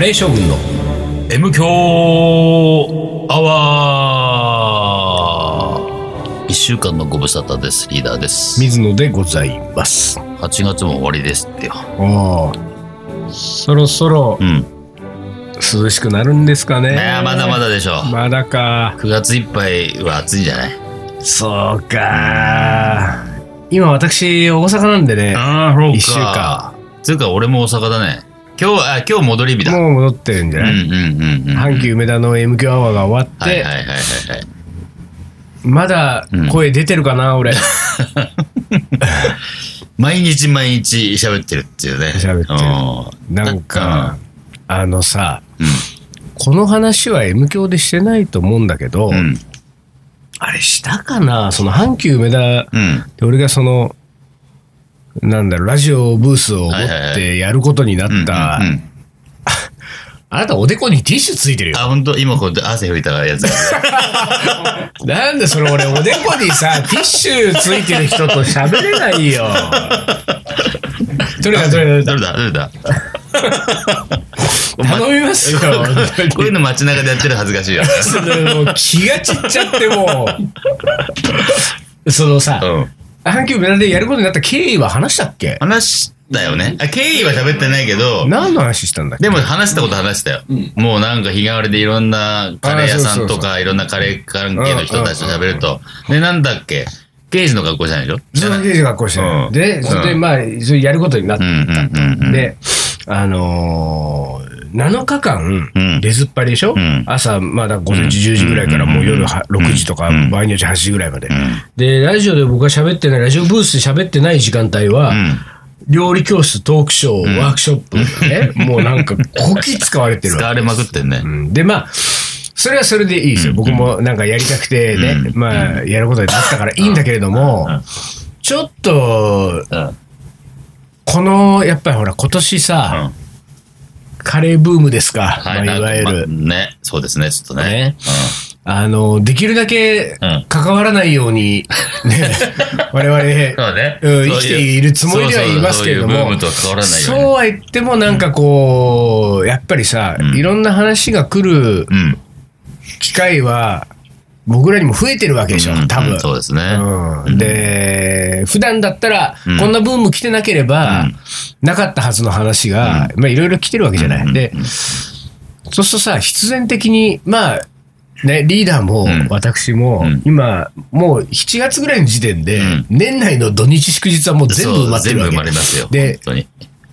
レー将軍の M 強アワ一週間のご無沙汰です。リーダーです。水野でございます。あ8月も終わりですってよ。あ。そろそろうん。涼しくなるんですかね。ねえ、まだまだでしょ。まだか。 9月いっぱいは暑いんじゃないそうか。今私、大阪なんでね、ああ、そう一週間。つうか、俺も大阪だね。今日は、あ、今日戻り日だ。もう戻ってるんじうゃんうない、んうんうん。阪急梅田の MQ アワーが終わって、はいはいはいはいはい。まだ声出てるかな、俺。 毎日毎日喋ってるっていうね。喋ってるうんなんか、、あのさ、うんこの話は M 教でしてないと思うんだけど、うん。うん。あれしたかなその阪急梅田うん。で俺がその、なんだろう、ラジオブースを持はいはいっはてやることになうんったうんう、んあなたおでこにティッシュついてるよ。あ、本当今こうやって汗拭いたやつが。なんでそれ俺おでこにさ、ティッシュついてる人と喋れないよ。どれだどれだ 誰だ誰だ頼みますよ。こういうの街中でやってる恥ずかしいよね。そのもう気が散っちゃってもう。 そのさ、うん。阪急メラでやることになった経緯は話したっけ話したよね。あ、経緯は喋ってないけど、何の話したんだっけでも話したこと話したよ。もうなんか日替わりでいろんなカレー屋さんあそうそとうそかいろんなカレー関係の人たちと喋ると。で、なんだっけ刑事の格好じゃないでしょじそゃなのい刑事学校してるうんで、それでまあ、それやることになっうんうんうんうん。で、あのー、7日う間ん、出ずっぱりでしょ、うん朝、まだ午前10時ぐらいからもう夜は6時とか、場合によって8時ぐらいまで。で、ラジオで僕が喋ってない、ラジオブースで喋ってない時間帯は、うん。料理教室、トークショー、ワークショップ、ね、もうなんか、こき使われてるわ使けわれまくってんねう。んで、まあ、それはそれでいいですよ。僕もなんかやりたくてね、まあ、やることになったからいいんだけれども、ちょっと、うん。この、やっぱりほら、今年さ、カレーブームですか、はい、まあ、いわゆなんかる。まね。そうですね、ちょっとね。ねあの、できるだけうん関わらないように、 ね、我々、うん。そうね。うん生きているつもりではいますけれどもそういうブームとは変わらないそうよは言ってもなんかこう、やっぱりさ、んいろんな話が来るうにね。機会は、僕らにも増えてるわけでしょうん。、多う分ん。そうですね。うんで、普段だったらう、んこんなブーム来てなければ、なかったはずの話が、まあいろいろ来てるわけじゃない。で、そうするとさ、必然的に、まあ、ね、リーダーもん私もうん、今、もう7月ぐらいの時点でうん、年内の土日祝日はもう全部埋まってるわそう全部埋まけりますよ。で本当に。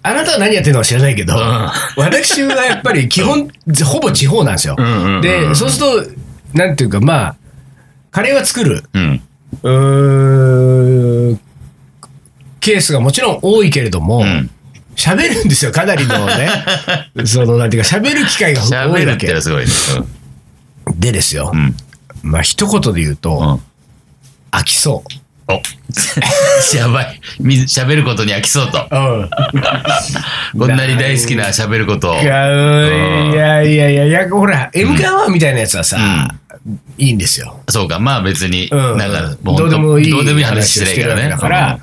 あなたは何やってるのか知らないけどうん、私はやっぱり基 本、ほぼ地方なんですよう。んうんうんで、そうすると、なんていうか、まあ、カレーは作る。うん。うーんケースがもちろん多いけれどもん、喋、るんですよ、かなりの ね。その、なんていうか、喋る機会が多い喋るわってのけは。すごいね。でですよう、ん。まあ、一言で言うと、うん。うん飽きそお やばい。み喋ることに飽きそうと。う。うん。こんなに大好きな喋ることを。いや、うんいやいやいや、いやほら、M カワみたいなやつはさ、ういいんですよ。ん。そうか。まあ別に、うん。なんか、もどうでもいい。どうでもいい話してないからね。だから、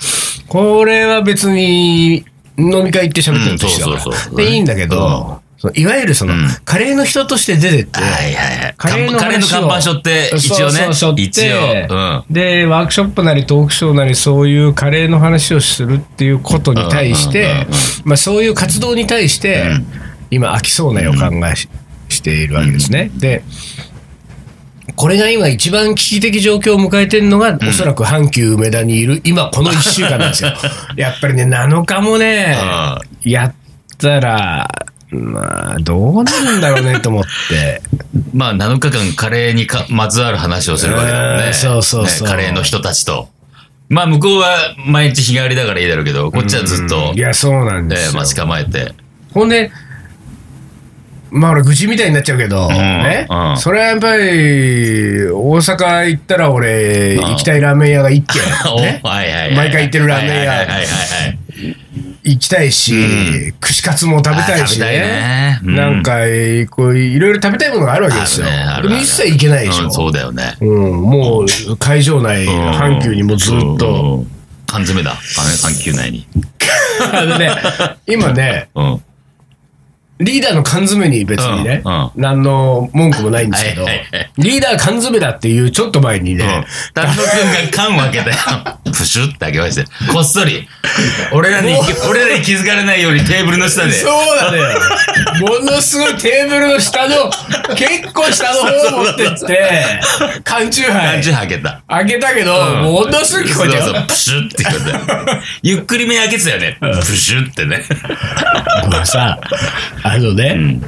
これは別に、飲み会行って喋ってると一緒だうんかそうそうらそうで、いいんだけど、そのいわゆるそのうん、カレーの人として出てって、はいはいはい。カカレレーーの話をの看板書って、一応ね。そうそうそう一応。ってうん。で、ワークショップなりトークショーなり、そういうカレーの話をするっていうことに対しうんうんてうん、まあそういう活動に対してうん、今飽きそうな予感がししているわけですね。で、これが今一番危機的状況を迎えてるのが、おそらく阪急梅田にいる、今この1週間なんです よ。やっぱりね、7日もね、やったら、まあ、どうなるんだろうねと思って。まあ7日間カレーにかまつわる話をするわけだもんうんね。そうそうそうねカレーの人たちと。まあ向こうは毎日日替わりだからいいだろうけど、こっちはずっと、いや、そうなんでねすよ。待ち構えて。ほんで、まあ俺愚痴みたいになっちゃうけど、んね、うんそれはやっぱり、大阪行ったら俺、うん行きたいラーメン屋が1軒、 おね、はいはいはい毎回行ってるラーメン屋はいはいはいはい行きたいし、う串カツも食べたいしねあー食べたいね。うんなんか、こう、いろいろ食べたいものがあるわけですよ。あるねあるあるでも一切行けないでしょ。うんそうだよね。うんもう、会場内、うん阪急にもずっと。。うん缶詰だ。缶缶球内に。 あのね、今ね、うん。リーダーの缶詰に別にね、うんうん何の文句もないんですけど、はいはいはいリーダー缶詰だっていうちょっと前にね、丹野くんが缶を開けたよ。 プシュって開けましたよ。こっそり。俺らに、俺らに気づかれないようにテーブルの下で。そうだね。ものすごいテーブルの下の、結構下の方を持ってって、缶チューハ缶イ中開けた。開けたけど、うんものすごい聞こえちゃそううそう。プシュって聞こえ たよ。ゆっくり目開けてたよね。プシュってね。もうさ、あのうね、ん。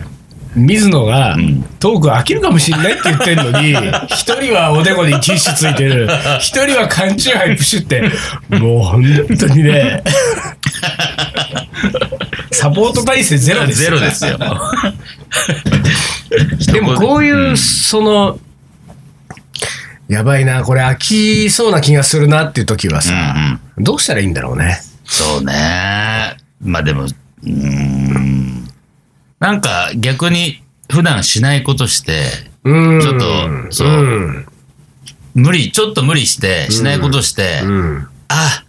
水野がんトーク飽きるかもしれないって言ってんのに、一人はおでこにティッシュついてる、一人は缶チューハイプシュって、もう本当にね、サポート体制ゼロですゼよ。ロですよ。でもこういう、その、やばいな、これ飽きそうな気がするなっていう時はさ、どうしたらいいんだろうね。そうね。まあでも、うーん。なんか逆に普段しないことして、うん。ちょっとそううん。無理、ちょっと無理して、しないことして、うん。あ、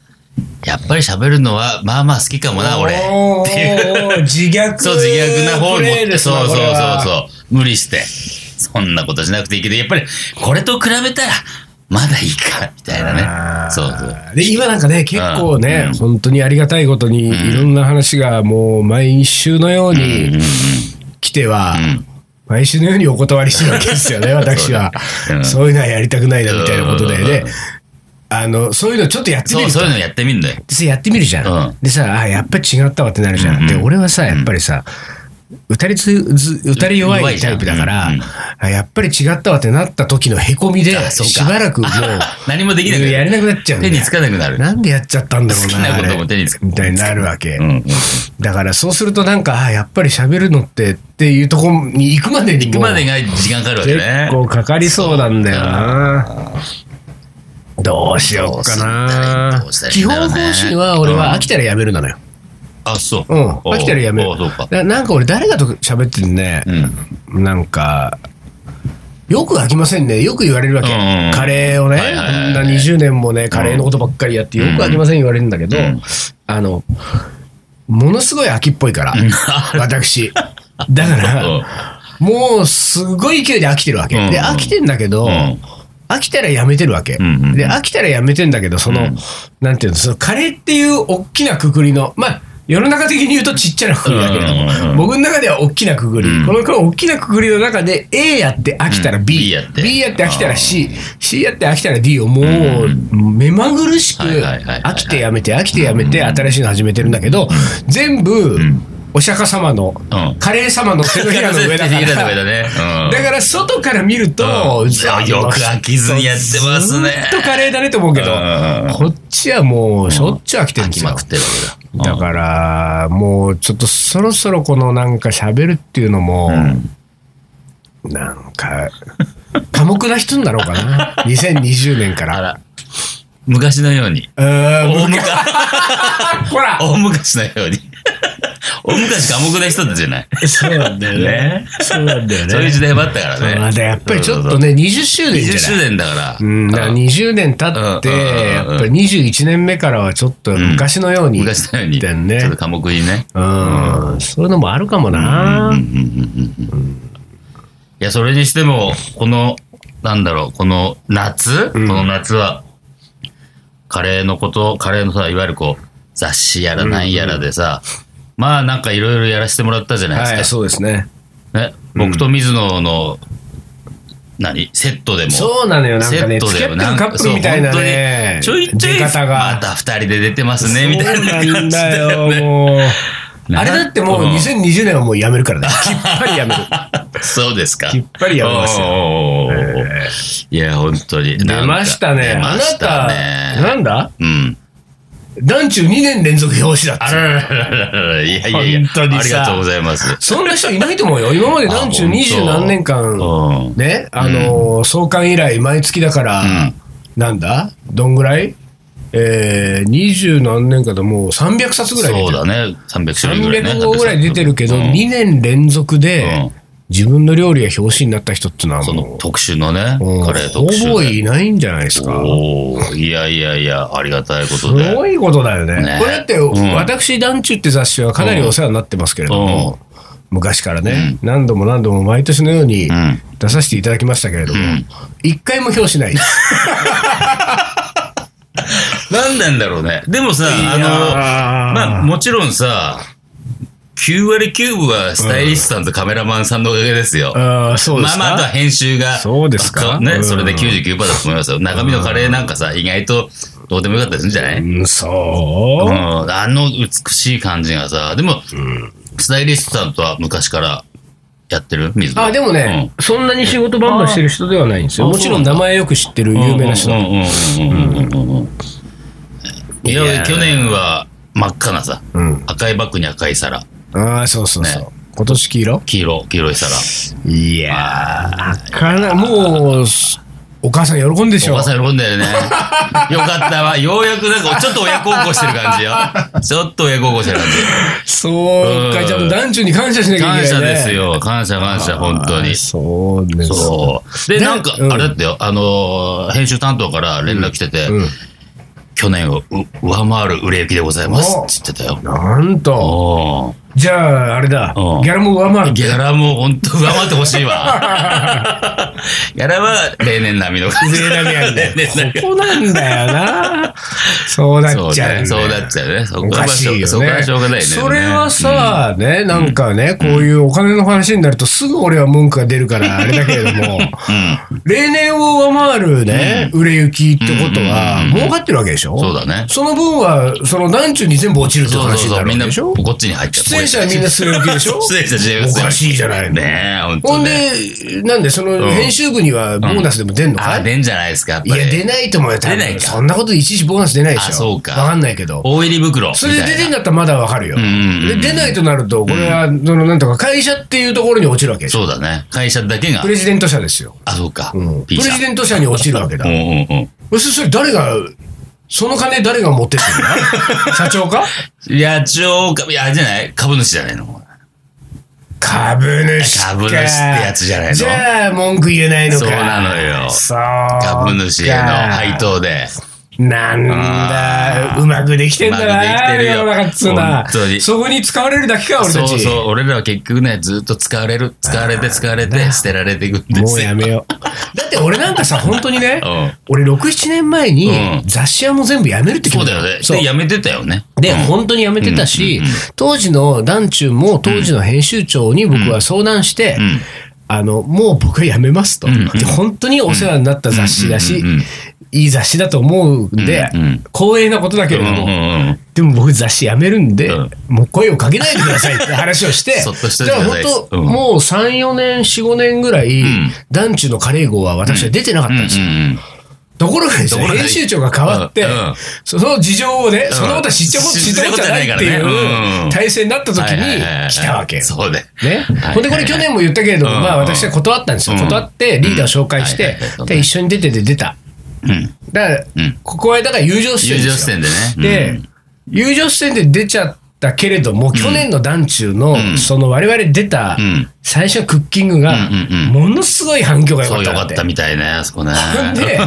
やっぱり喋るのはまあまあ好きかもな、俺。おーっていう。おー自虐。そう、自虐な方プに持っレイて、ですなそうそうこれそうはそう。無理して。そんなことしなくていいけど、やっぱりこれと比べたら、まだいいか、みたいなあーね。そうそう。で今なんかね、結構ね、うん本当にありがたいことに、いろんな話がもう毎週のように来ては、ん毎週のようにお断りしてるわけですよ ね、私はそうねう。んそういうのはやりたくないな、みたいなことで。うんで、あの、そういうのちょっとやってみそう、るとそういうのやってみんだよ。でさやってみるじゃん。うんでさ、あ、やっぱり違ったわってなるじゃん。うんうんで、俺はさ、やっぱりさ、歌りつず歌り弱弱いいじタゃイんプだから、うんうんあやっぱり違ったわってなった時のへこみであ、そうかしばらくもう、 何もできなくなるやれなくなっちゃうんだ手よにつかなくなる。なんでやっちゃったんだろうな。好きなこともあれ手につかみたいになるわけ。うんうん。だからそうするとなんか、あやっぱり喋るのってっていうとこに行くまでに行もくまでが時間かかるわけ結ね。構かかりそうなんだよな。どうしようかなどうした。らいい基んだろ本うね方針は俺は飽きたらやめるなのよ。あ、そう。うん、飽きたらやめるおうそうか。な。なんか俺誰かと喋っててねう、ん。なんか、よく飽きませんね。よく言われるわけ。うんうんうんカレーをね、こはいはいはいんな20年もね、カレーのことばっかりやって、よく飽きません言われるんだけどうん、あの、ものすごい飽きっぽいから、私。だ から、もうすごい勢いで飽きてるわけ。うんうんで、飽きてんだけど、うん飽きたらやめてるわけ。んうんうんで、飽きたらやめてんだけど、その、うんなんていうの、そのカレーっていう大きなくくりの、まあ、世の中的に言うとちっちゃなくくりだけれども、うんうんうん僕の中では大きなくぐり、うんこの大きなくぐりの中で A やって飽きたら B,、うん B やって B やって飽きたら CC やって飽きたら D をもう目まぐるしくはいはいはいはい飽きてやめて飽きてやめて新しいの始めてるんだけど全部お釈迦様のうんカレー様の手のひらの上だか手のひらの上ら。だね。うんだから外から見ると、うんずっといやよく飽きずにやってますねずっとカレーだねと思うけどうん、こっちはもうしょっちゅう飽きてるんで飽きすよまく。ってるわけだ。だから、もうちょっとそろそろこのなんか喋るっていうのも、なんか、寡黙な人になろうかな。2020年かあら。ら、昔のように。うーん、大昔、ほら大昔のように。 大昔寡黙な人だじゃない。そうなんだよね。そうなんだよね。そういう時代もあったからね。まだやっぱりちょっとね、20周年じ20ゃ周ない年だから。うん、だから20年経って、うんうんうんうんやっぱり21年目からはちょっと昔のように、昔のように。だよちょっねと。寡黙にね。うん、そういうのもあるかもな。いや、それにしても、この、なんだろう、この夏、んこの夏は、カレーのこと、カレーのさ、いわゆるこう、雑誌やらなんやらでさ、まあなんかいろいろやらせてもらったじゃないですか。はい、そうですね。ね、僕と水野の、何セットでも。そうなのよ、なんセかね、ット付きで合もってるカップルみたいなね、そう本当にちょい出ちょい、方まが。た二人で出てますね、みたいそなうなん感じだだよよ、ね。もう。ねあれだってもううん2020年はもうやめる からね。きっぱりやめる。そうですか。きっぱりやめますよおーおーおーおーいや、本当に。出ましたね。出あまなしたた、ね。なんだうん。団中2年連続表紙だっあて。らららららら、いやいやいや、本当にさありがとうございます。そんな人いないと思うよ。今まで団中あ二十何年う間、ん。ね、あのー、創刊以来毎月だからうん、なんだどんぐらいえー、二十何年間でもう300冊ぐらい出てそるうだね、300種類ぐらいね。 300号ぐらい出てるけど、うん2年連続うでん自分の料理が表紙になった人ってのはそもの特集のね、う、うんカレー特集で。ほぼいないんじゃないですか。おおいやいやいや、ありがたいこすとで。ごいことだよね。ねこれだって、うん私、団中って雑誌はかなりお世話になってますけれども、昔からね、何度も何度も毎年のようにん出させていただきましたけれどもうん、一、回も表紙ないです。なんなんだろうね。でもさ、あの、まあもちろんさ、9割9分はスタイリストさんとカメラマンさんのおかげですよ。あーそうでます あか。まあ、あとは編集が。そうですかね、うんそれで99%だと思いますよ。中身のカレーなんかさ、意外とどうでもよかったりするんじゃない、うん、うん、そう、あの美しい感じがさ、でも、スタイリストさんとは昔からやってる水野あ、でもね、そんなに仕事バンバンしてる人ではないんですよ。あーもちろん名前よく知ってるうん有名な人うだんうんうんうんうんうんうんうん。いいやや、ー去年は真っ赤なさ、うん。赤いバッグに赤い皿、ああ、そうそうそう。ね今年黄色黄色、黄色い皿。いやー、からもう、お母さん喜んでしおょ母。さん喜んだ よね。よかったわ。ようやくなんか、ちょっと親孝行してる感じよ。ちょっと親孝行してる感そううか、んじゃあ男女に感謝しなじ。きゃいけ感な謝い、ね。です。よ。感謝感謝、本当に。そうです。そう。で、ねなんか、うんあれだったよ。あのー、編集担当から連絡来てて、うん去年をう上回る売れ行きでございますおって言ってたよ。なんと。おーじゃあ、あれだ。ギうんャラも上回る。ギャラも本当上回ってほしい わ。ギャラは例年並みの感じ。上並みやんね 例年並みここなんだよな。そうなっちゃう,、 そうねそうなっちゃうねそこはおかしいよね。そこはしょうがないねそれはさ、ね、なんかね、こういうお金の話になるとすぐ俺は文句が出るから、あれだけれど も、例年を上回るね、売れ行きってことは、儲かってるわけでしょそうだねその分は、その男中に全部落ちるってそうそう話にそなるう。みわけんな、でしょこっちに入っちゃう。出演者はみんな据え置きでしょ出演者自由おかしいじゃないのねえ、本ほ当んねで、なんで、そのん編集部にはボーナスでも出んのか、あ、出んじゃないですか、やっいぱり。や、出ないと思うよ、多分出ないかそんなこといちいちボーナス出ないでしょ。あそうかわかんないけど。大入り袋。それで出てんみだったらまだわかるよ。んうんうんで出ないとなると、これは、その、なんとか会社っていうところに落ちるわけたいなでしょ。そうだね。会社だけがプ。レジデント社ですよ。あ、そうか。うんプ P レ社ジ。デント社に落ちるわけだう。んうんうそん。してそれ誰が、その金誰が持ってってる の社長か野鳥か、いや、あれじゃない株主じゃないの株主か。株主ってやつじゃないのじゃあ、文句言えないのか。そうなのよそうか。株主への配当で。なんだ、うまくできてんだな。うまくできてるよ世の中っつうのは本当にそこに使われるだけか、俺そたうち。そう。俺らは結局ね、ずっと使われる、使われて使われて、捨てられていくんでもうすやよ。めよう。 だって俺なんかさ、本当にね、 うん俺6、7年前にうん雑誌はもう全部やめるって決そめうただよね。そうで、やめてたよね。で、本当にやめてたし、当時の団中も当時の編集長に僕は相談して、んあの、もう僕はやめますと、んで。本当にお世話になった雑誌だし、うんうんうんうんいい雑誌だと思うんで、うんうん光栄なことだけうんれうども、んうん。でも僕雑誌やめるんで、うんもう声をかけないでくださいって話をして、 そっとしといじてゃくあださい本当、うんもう3、4年、4、5年ぐらい、ん団中のカレー号は私は出てなかったんですよ。うんところがですとね、ころが編集長が変わって、うんうんその事情をね、そのことは知っちゃこうん知ったことじゃないって知ったことじゃないからねいううん体制になった時はいはいはいはにい来たわけよ。そうで。ねはいほんでこれ去年も言ったけれども、うんまあ私は断ったんですよ。うん断ってリーダーを紹介しうんはていはいは、いで一緒に出てて出た。うん。だからん、ここはだから友情視友点です情よ。視点でね。で、友情視点で出ちゃったけれども、去年の団中の、んその我々出たうん最初のクッキングがうんうんう、んものすごい反響うがん、良そかうっよたのかったみたいね、あそこね。ほんで、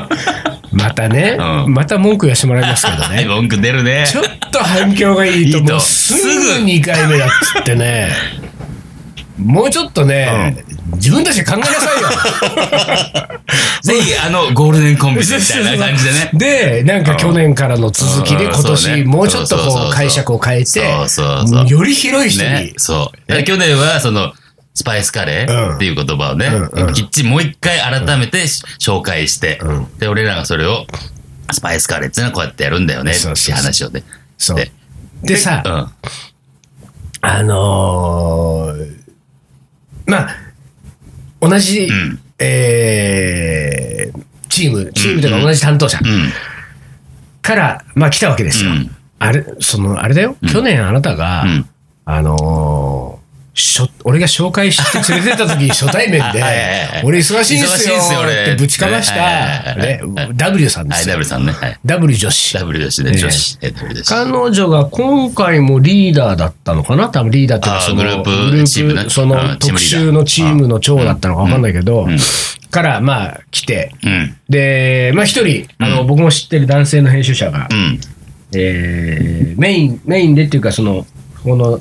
またね、 うんまた文句はしてもらいますけど はい、ね。文句出るね。ちょっと反響がいいと、いいともうすすぐぐ2回目だっつってね、もうちょっとね、自分たちで考えなさいよ。ぜひ、あの、ゴールデンコンビみたいな感じでね。 で、なんか去年からの続きで、うん今そう年ねもうちょっとそうそうそうこそうう解釈を変えてそうそうそ、うより広い人ねに、。そう。だから去年は、その、スパイスカレうんーっていう言葉をねうんうん、きっちりもう一回改めてし紹介して、で、俺らがそれを、スパイスカレーっていうのはこうやってやるんだよね、ってそうそうそう話をね。そうででさ、うん。あのーまあ、同じ、んえーチーム、チームというか同じ担当者うん。から、まあ来たわけですよ。うんあれ、その、あれだよ、去年あなたが、うんあのーしょ俺が紹介して連れてった 時初対面ではいはいはい、俺忙しいんすよ忙しいんすよ俺ってぶちかましはいた、はいねはいはい、 W さんではい、すダよブ。ルさんね。はい。 W 女子。ダブル女子で、ね女子。え、ダブル女子。彼女が今回もリーダーだったのかな多分リーダーっていうかあーそのグループチームねそあのーチーム特リーダー集のチームの長だったのか分かんないけど、からまあ来て、うん。で、まあ一人、あの、僕も知ってる男性の編集者がう、ん。えーメイン、メインでっていうかその、この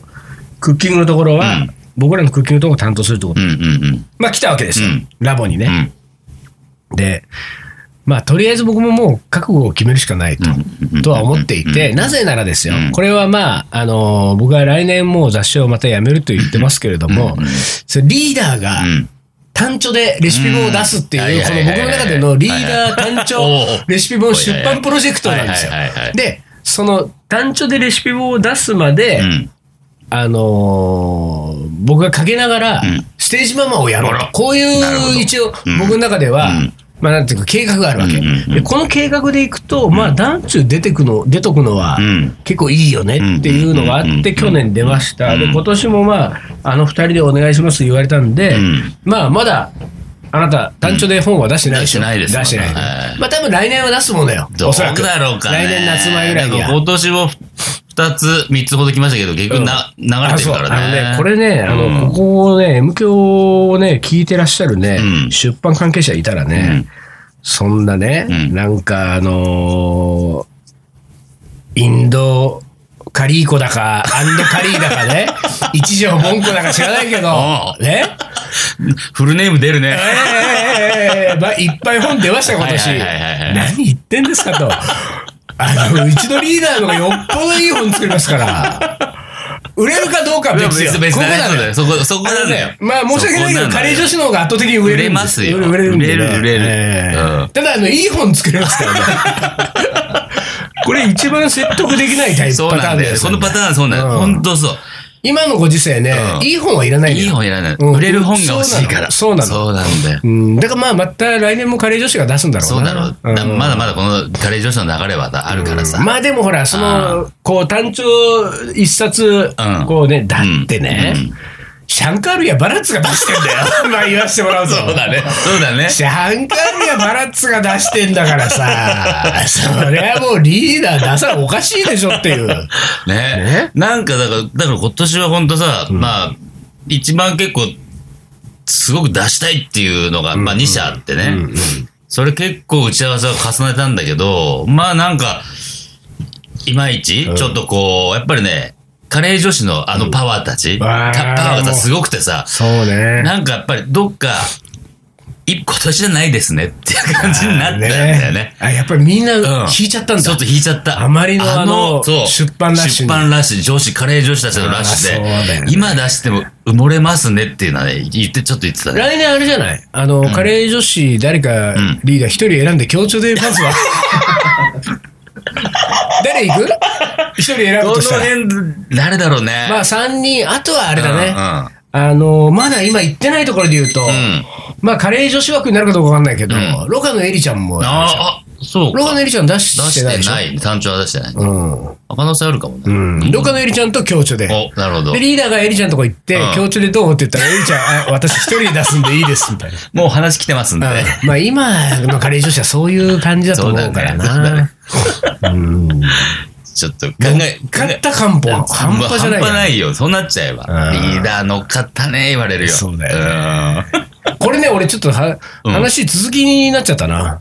クッキングのところは、うん僕らのクッキングトークを担当するってこと、うんうんまあ来たわけですよ、うんラボにうん。うね。んで、まあとりあえず僕ももう覚悟を決めるしかないと。とは思っていて、なぜならですようん、これはまあ、あのー僕は来年もう雑誌をまた辞めると言ってますけれども、それリーダーがうん単調でレシピ本を出すって、うんはいいうこはのいはい僕の中でのリーダー単調おうレシピ本出版プロジェクトなんですよはいはいはいはい。で、その単調でレシピ本を出すまで、うん。あのー僕がかけながらん、ステージママをやろうあとら。こうなるほいどう、一応うん、僕の中ではうん、まあなんていうか計画があるわけ。うんうんうんで、この計画でいくと、まあ、団中出てくの、出とくのはうん、結構いいよねっていうのがあうんうんっうんうんて、去年出ました。うで、ん今年もまあ、あの二人でお願いしますと言われたんでうん、まあ、まだ、あなた、単調で本は出してないでしょうん出してないです出してないはい。まあ、多分来年は出すものよ。どおうそらく。だろうかね。来年夏前ぐらいになはんか。今年も2つ、3つほど来ましたけど、結局な、流れてるからあね。そうあのねこれね、あの、うこんこをね、M 響をね、聞いてらっしゃるね、うん出版関係者いたらね、そんなね、うんなんかあのーインド、カリーコだか、アンドカリーだか ね、一条文庫だか知らないけどお、うね、フルネーム出るねえ。えええええまあいっぱい本出ましたよ、今年はいはいはいはい。何言ってんですかと。あの、うちのリーダーの方がよっぽどいい本作りますから。売れるかどうかは別よ。別別ここだね。そだうだよよ。そこ、そこなんだよ。まあ申し訳ないけそど、こんカだよレー女子の方が圧倒的に売れるんで。売れますよ売れるんでね売れる売れるええうんただ、あの、いい本作れますからね。これ一番説得できないタイプそうパタなーんンだだよ。よ。このパターンはそうなんだよ。うんほんとそう。今のご時世ね、うんいい本はいらないのよいい本いらない。うん売れる本が欲しいから。そうなのそうなのそうなんだよ。うん、だからまあ、また来年もカレー女子が出すんだろうな。そうだろう。だんまだまだこのカレー女子の流れはあるからさ。まあでもほら、その、こう、単調一冊うん、こうね、だってねうん、シャンカールやバラッツが出してんだ よ。まあ言わせてもらうと。そうだね。そうだね。シャンカールやバラッツが出してんだから さ、そりゃもうリーダー出さなおかしいでしょっていう。ねね。なんかだから、だから今年は本当さ、まあ、一番結構、すごく出したいっていうのが、まあ2社あってね。それ結構打ち合わせを重ねたんだけど、まあなんか、いまいち、ちょっとこう、やっぱりね、カレー女子のあのパワーたち、わーたパワーがさもうすごくてさ、そうね。なんかやっぱりどっか、い今年じゃないですねっていう感じになったんだよね。あ、やっぱりみんうんな引いちゃったんちょだっと。引いちゃった。あまりのあのそう出版ラッシュに出版ラッシュ、女子、カレー女子たちのラッシュあで、ーそうだよね今出しても埋もれますねっていうのはね、言って、ちょっと言ってたね。来年あれじゃないあの、カレー女子誰かんリーダー一人選んで協調でまず は。誰行く一人選どぶのとしたら。辺、誰だろうね。まあ3人、あとはあれだね。ね。あの、まだ今行ってないところで言うと、んまあカレー女子枠になるかどうかわかんないけど、うんロカのエリちゃんも、うん。ああ、そうロカか。のエリちゃん出出してないでししてょ。ない。単調は出してない。うん。可能性あるかもね。うん。ロカのエリちゃんと協調で。お、なるほどで、。リーダーがエリちゃんのとこ行ってうん、協調でどうって言ったら、エリちゃん、あ私一人で出すんでいいです、みたいな。もう話来てますんで。うんまあ今のカレー女子はそういう感じだとそう思だうからね。な。そうだね。うん。ちょっと考え、考買えっ。た漢方。半端じゃない半端ないよ。そうなっちゃえば。うんリーダー乗っかったね、言われるよ。そうだよね。これね、俺ちょっとは、うん話続きになっちゃったな。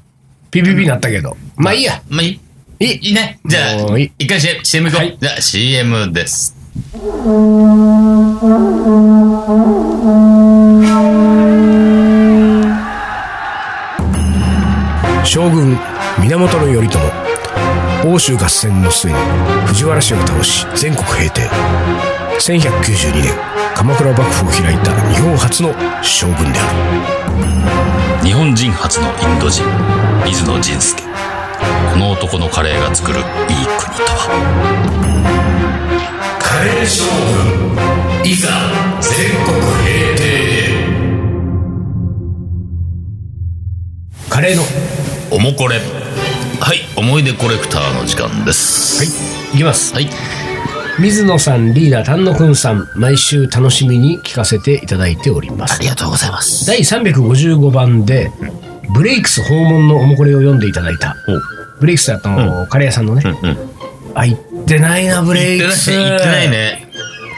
PPP になったけど。まあいいや。まあ、いい、いいいね。じゃあもういい、一回 CM CM 行こはうい。じゃあ CM です。将軍源頼朝欧州合戦の末に藤原氏を倒し全国平定1192年鎌倉幕府を開いた日本初の将軍である日本人初のインド人、水野仁介。この男のカレーが作るいい国とは。カレー将軍いざ全国平定カレーのはおもこれ。はい、思い出コレクターの時間です。いいきますはい。水野さんリーダー丹野くんさん毎週楽しみに聞かせていただいておりますありがとうございます。第355番で、ブレイクス訪問のおもこれを読んでいただいた。おうブレイクスあの、カレー屋さんのね。んうん。あ、行ってないな、ブレイ行クっス。てない行ってない。ね。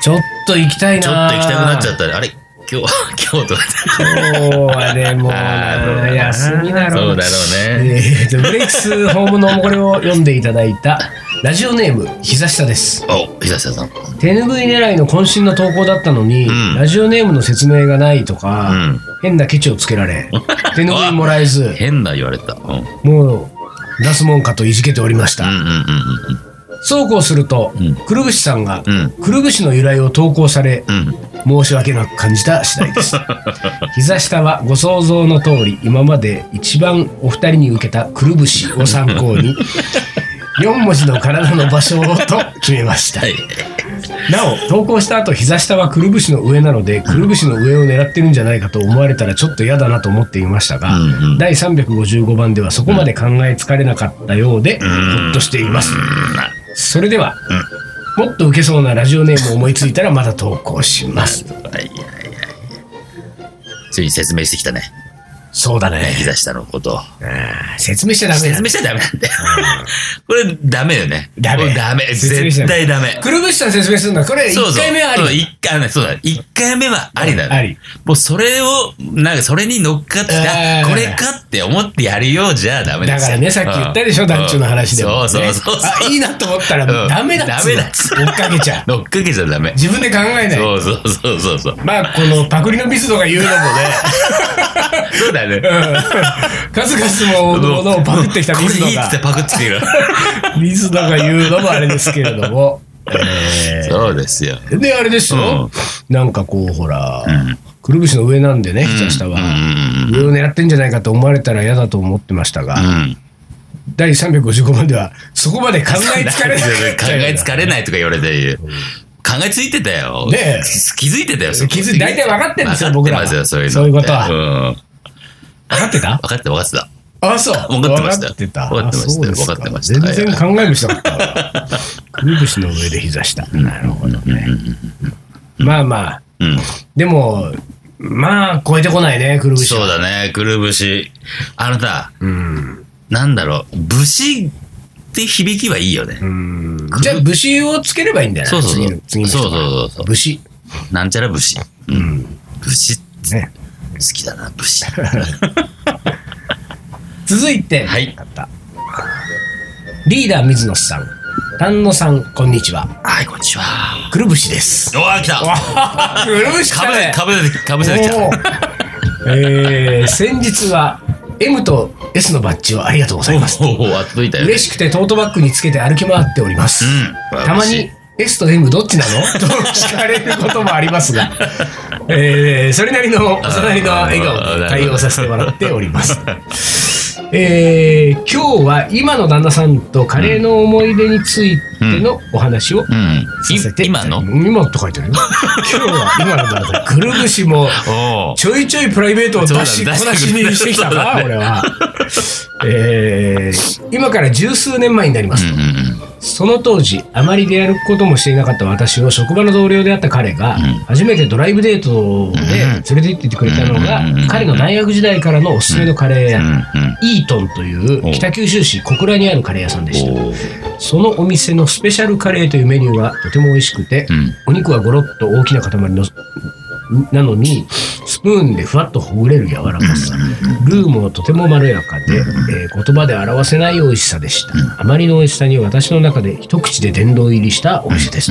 ちょっと行きたいな。ちょっと行きたくなっちゃったね。あれ今 日、今日とか。 今日はでもあーそうな、だな休みだろそうだろうね。えーとブレイクス訪問のおもこれを読んでいただいたラジオネーム膝下ですお、久々さん。手拭い狙いの渾身の投稿だったのに、んラジオネームの説明がないとか、うん変なケチをつけら れ手拭いもらえず変な言われた。うん。うんうんもう出すもんかといじけておりました、そうこうすると、んくるぶしさんが、うんうん。うん。くるぶしの由来を投稿され、うん。申し訳なく感じた次第 です。膝下はご想像の通り、今まで一番お二人に受けたくるぶしを参考 に、4文字の体の場所をと決めました。はい。なお、投稿した後、膝下はくるぶしの上なので、くるぶしの上を狙ってるんじゃないかと思われたらちょっと嫌だなと思っていましたが、うんうん第355番ではそこまで考えつかれなかったようで、ほっとしています。それでは、もっと受けそうなラジオネームを思いついたらまた投稿します。はいはいはいはい。ついに説明してきたね。そうだね。膝下のことを。説明しちゃダメだ説明しちゃダメなんだよ。これダメよね。ダメこれダメ。説明しちゃ絶ダメ対ダメ。くるぶしさん説明するんだ。これ、そう1そう。回目はあそうり。一回目、そうだ。一回目はありだありね。もうそれを、なんかそれに乗っかって、えあーこれかって思ってやるようじゃダメでだすからね、さっき言ったでしょ、団長の話でも、ね。そうそうそうそう。あ、いいなと思ったら、うんダメだっつうのダメだっつう追っかけちゃう。乗っかけちゃダメ。自分で考えない。そうそうそうそう そう。まあ、このパクリのビスドが言うのもね、そうだね。数々のものをパクってきたこビれスドいいっがつって、パクって きてる。ビスドが言うのもあれですけれども。そうですよ。で、あれですよ。なんかこう、ほら、くるぶしの上なんでね、膝下は。うん上を狙ってんじゃないかと思われたら嫌だと思ってましたが、うん。第355番ではそこまで考えつかれない考えつかれないとか言われて、考えついてたよ。ねえ気づいてたよ、そこ気づい大体分かってんですよ分か僕らってはますよ、そういうのって。そういうことはうん分かってた分かって分かってた。あそう分かってました分かよってた分かってましたよあそうです分かってましたはい全然考えもしなかった わくるぶしの上で膝下なるほどねまあまあうん。でもまあ超えてこないねくるぶしはそうだね、くるぶし。あのさ、うんなんだろう、武士って響きはいいよね。うんじゃあ武士をつければいいんだよそうそうそう次の次の人がそうそうそうそう武士なんちゃら武士。うん武士、ね好きだな、武士。続いて、はいリーダー水野さん丹野さんこんにちははい、こんにちは。くるぶしですおー、来たくるぶしかぶ、かぶせて、かぶせてきた。えー先日は M と S のバッジをありがとうございますおーおー、あっといたよね。嬉しくてトートバッグにつけて歩き回っております、うんたまに S と M どっちなの と聞かれることもありますが、えーそれなりのおざなりの笑顔で対応させてもらっておりますえー今日は今の旦那さんとカレーの思い出についてのお話をうん。させて、い今の今って書いてるよ今日は今の旦那さんくるぶしもおお。ちょいちょいプライベートを出しそこうだなねしにしてきたそうだな、ね俺は。えー今から十数年前になりまうす。んうんうん。その当時、あまり出歩くこともしていなかった私を職場の同僚であった彼が、初めてドライブデートで連れて行ってくれたのがうんうん、彼の大学時代からのおすすめのカレーう屋、んイートンという北九州市小倉にあるカレー屋さんでしたうん。。おーそのお店のスペシャルカレーというメニューがとても美味しくて、うん。お肉はゴロッと大きな塊のなのにスプーンでふわっとほぐれる柔らかさルーもとてもまろやかで、えー言葉で表せない美味しさでしたあまりの美味しさに私の中で一口で殿堂入りしたお店でし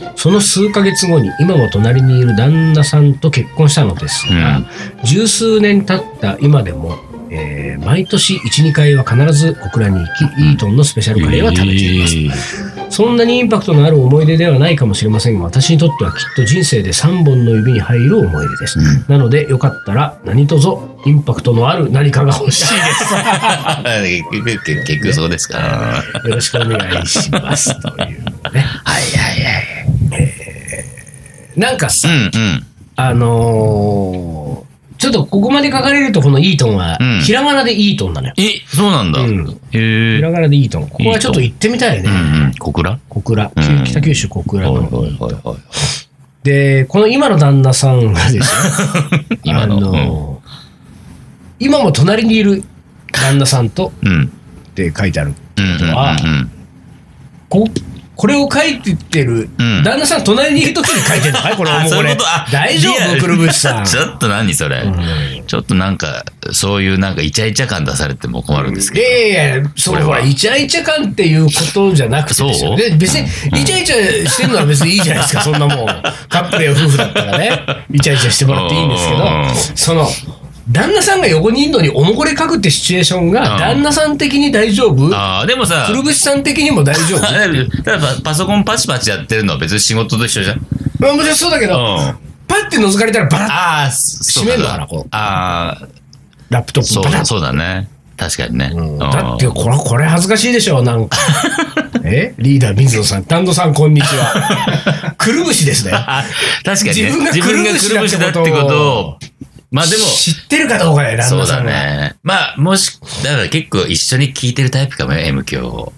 たその数ヶ月後に今も隣にいる旦那さんと結婚したのですうがん十数年経った今でもえー毎年12回は必ず小倉に行きイートンのスペシャルカレーは食べていますそんなにインパクトのある思い出ではないかもしれませんが、私にとってはきっと人生で3本の指に入る思い出です。なので、よかったら何卒インパクトのある何かが欲しい であー結局結局そうですか。はす。よろしくお願いします。というね。いはいはい。なんかうさ、んうん。あのーちょっとここまで書かれると、このイートンはうん、ひらがなでイートンなのよ。え、そうなんだ。うんへひえ。らがなでイートン。ここはちょっと行ってみたいうんね。うん。小倉は小倉うん。北九州小い倉はいの。はいはい。、で、この今の旦那さんがですね今のあの今も隣にいる旦那さんとうん。うんって書いてある。うんうんあここれを書いてってる、うん旦那さん隣にいる時に書いてるのかいこれ、あもうそこういうれことあ大丈リア夫ル くるぶしさん。うん。ちょっと何それ。うんちょっとなんか、そういうなんかイチャイチャ感出されても困るんですいけやいやいや、そこれれははイチャイチャ感っていうことじゃなくてですよ、そうで別に、イチャイチャしてるのは別にいいじゃないですか、そんなもん。カップルや夫婦だったらね、イチャイチャしてもらっていいんですけうどん、その、旦那さんが横にいるのにおもこれ書くってシチュエーションうが、ん旦那さん的に大丈夫ど。ああ、でもさ、くるぶしさん的にも大丈夫あだからただパパソコンパチパチやってるのは別に仕事と一緒じゃん。まあもちろんそうだけど、うんパッて覗かれたらバラッああ、そ閉めんのかなこうああ、ラップトップそバラう、ッそうだね。確かにね。うんだってこれこれ恥ずかしいでしょ なんかえリーダー水野さん丹野さんこんにち はくるぶしですねあ確かにね。自分がくるぶしだってことを自分がくるぶしだを。まあでも、知ってるかどうかだよ旦そ那うさだんが、ね。まあ、もし、だから結構一緒に聞いてるタイプかもよ、M 響を。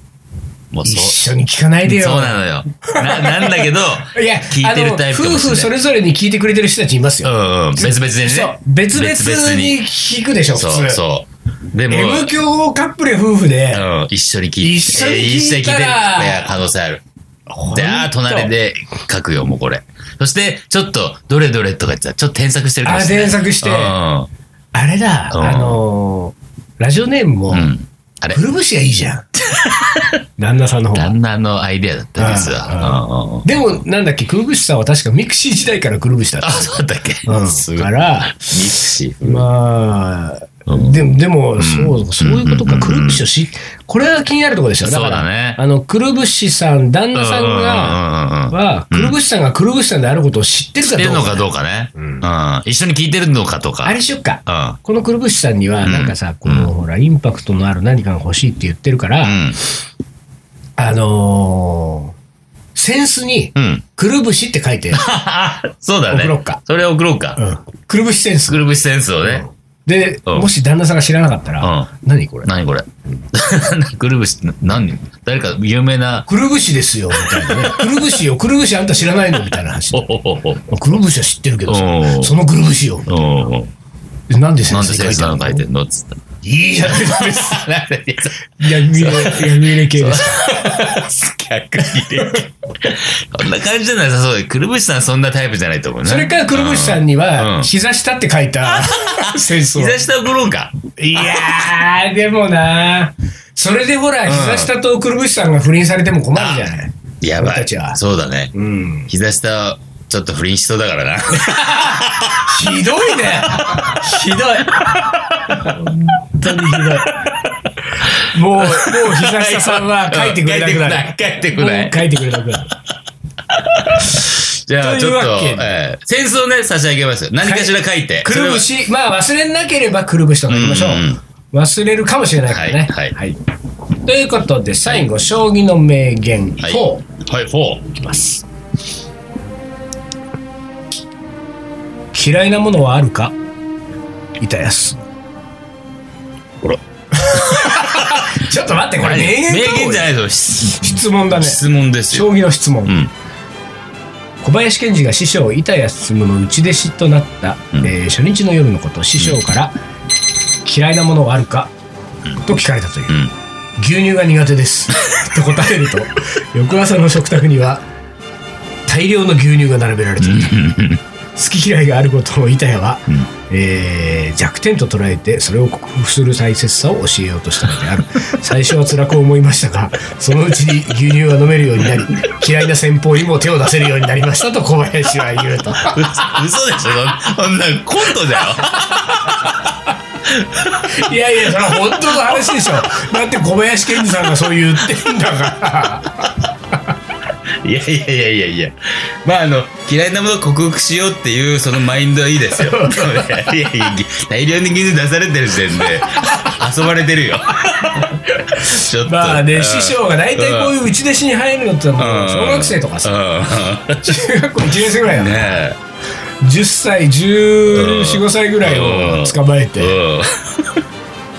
もう一そ。緒に聞かないうでよそうなのよ。な、 なんだけど、いや聞いてるタイプあかのも夫し婦れないそれぞれに聞いてくれてる人たちいますよ、うんうん。別々にね。そう別々に別聞くでしょ普々に。そう通そう。でも、 M 響カップルや夫婦で、うん、一緒に聞いて。一緒に聞いたらえー一緒に聞いてるいや可能性ある。で、あー隣で書くよ、もうこれ。そして、ちょっと、どれどれとか言ってたらちょっと添削してるかもしれない。あ添削してうん。あれだ、うんあのーラジオネームも、うん。あれく、るぶしがいいじ ゃん旦那さんの方が旦那のアイデアだったんですあわ。うんうんうんでも、なんだっけ、くるぶしさんは確かミクシー時代からくるぶしだったあ、。そうだったっけうんすごい。かミら、クシー。まあ、うんでも、でも、そう、そういうことうか、んくるぶしをし、これが気になるところでしょ。からそうだねあの、くるぶしさん、旦那さんが、うんうんうんうんは、くるぶしさんがくるぶしさんであることを知ってる知かってどるうのか。かどうかね。うん。一緒に聞いてるのかとか。あれしよっか。うん。このくるぶしさんには、うんなんかさ、この、ほら、インパクトのある何かが欲しいって言ってるから、うん。あのーセンスに、うん。 くるぶしって書いて、そうだね。送ろうかそれ送ろうか。うんくるぶしセンスく。るぶしセンスをね。で、うんもし旦那さんが知らなかったら、何これ何これ。 くるぶしって何誰か有名な。くるぶしですよ、みたいなね。 くるぶしよ、くるぶしあんた知らないのみたいな話お。おおくるぶしは知ってるけどさうん、そのくるぶしよ。おおでなんでな先ん生書でセンいスてあなるのの書いてんのっつったいいじゃないですか。ら。闇入れ、闇入れ系です。逆にね。 こんな感じじゃないさそうで。くるぶしさんそんなタイプじゃないと思うね。それからくるぶしさんにうんは、膝下って書い たセンスを。膝下送ろうか。いやー、でもなそれでほら、膝下とくるぶしさんが不倫されても困るじゃない。やば俺たいち。はそうだね。うん。膝下、ちょっと不倫しそうだからな。ひどいね。ひどい。本当に ひどい。もう、もう膝下さんは書いてくれなくなる。書いてくれなも。いう書いてくれなくなる。じゃあ、ちといょうっわと、けでえーセンスをね、差し上げますよ。何かしら書いて。くるぶし、まあ忘れなければくるぶしと書きましょううんうん。忘れるかもしれないからね。はいはということで、最後、将棋の名言は4いそれは。はい、フォいきます。嫌いなものはあるか板安。ほら。ちょっと待って、これ名言名言じゃないないぞ。質質問だね。質問ですよ。将棋の質問、うん。小林賢治が師匠板谷進の内弟子となった、うんえー初日の夜のこと師匠から「嫌いなものはあるか?」と聞かれたという、うん。牛乳が苦手です と答えると翌朝の食卓には大量の牛乳が並べられていた、好き嫌いがあることを板谷は、うんえー弱点と捉えてそれを克服する大切さを教えようとしたのである最初は辛く思いましたがそのうちに牛乳が飲めるようになり嫌いな戦法にも手を出せるようになりましたと小林は言うと 嘘でしょそんなコントだよ。いやいやそれは本当の話でしょだって小林健二さんがそう言ってんだから いやいやいやいやいや。まああの、嫌いなものを克服しようっていうそのマインドはいいです よ。いやいや、大量に牛乳出されてる時点で、遊ばれてるよ。ちょっと。まあうねん師匠が大体こういう打ち弟子に入るのってのはもう小学生とかさうん中学校1年生ぐらいだうんねね10歳1415歳ぐらいを捕まええ。てうん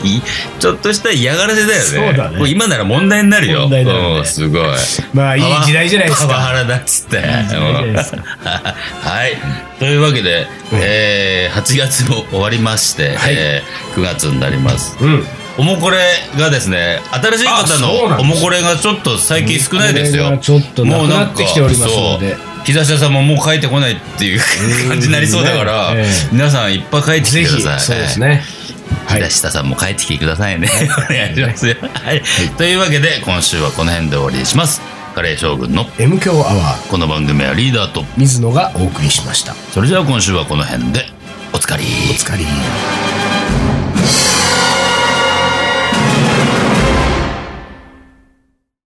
いちょっとした嫌がらせだよね。そうだねこれ今なら問題になるよ。問題だよねうんすごい。まあいい時代じゃないですパワかハラだっつって。時代じゃないですかうんはい。というわけで、えー8月も終わりまして、はいえー9月になります。うんおもこれがですね、新しいあそう方なんのでおすもこれがちょっと最近少ないですこれよ。がちょっとなくなってきておりますのでもうなんか膝下さんももう帰ってこないっていう感じになりそうだから、ねええ皆さんいっぱい帰ってきぜてくだひ、さい。そうですね。は木い田。下さんも帰ってきてくださいね。 お願いしますよ。はい。というわけで、今週はこの辺で終わりにします。カレー将軍の M 強アワー、この番組はリーダーと、水野がお送りしました。それじゃあ今週はこの辺で、おつかり。お疲れ。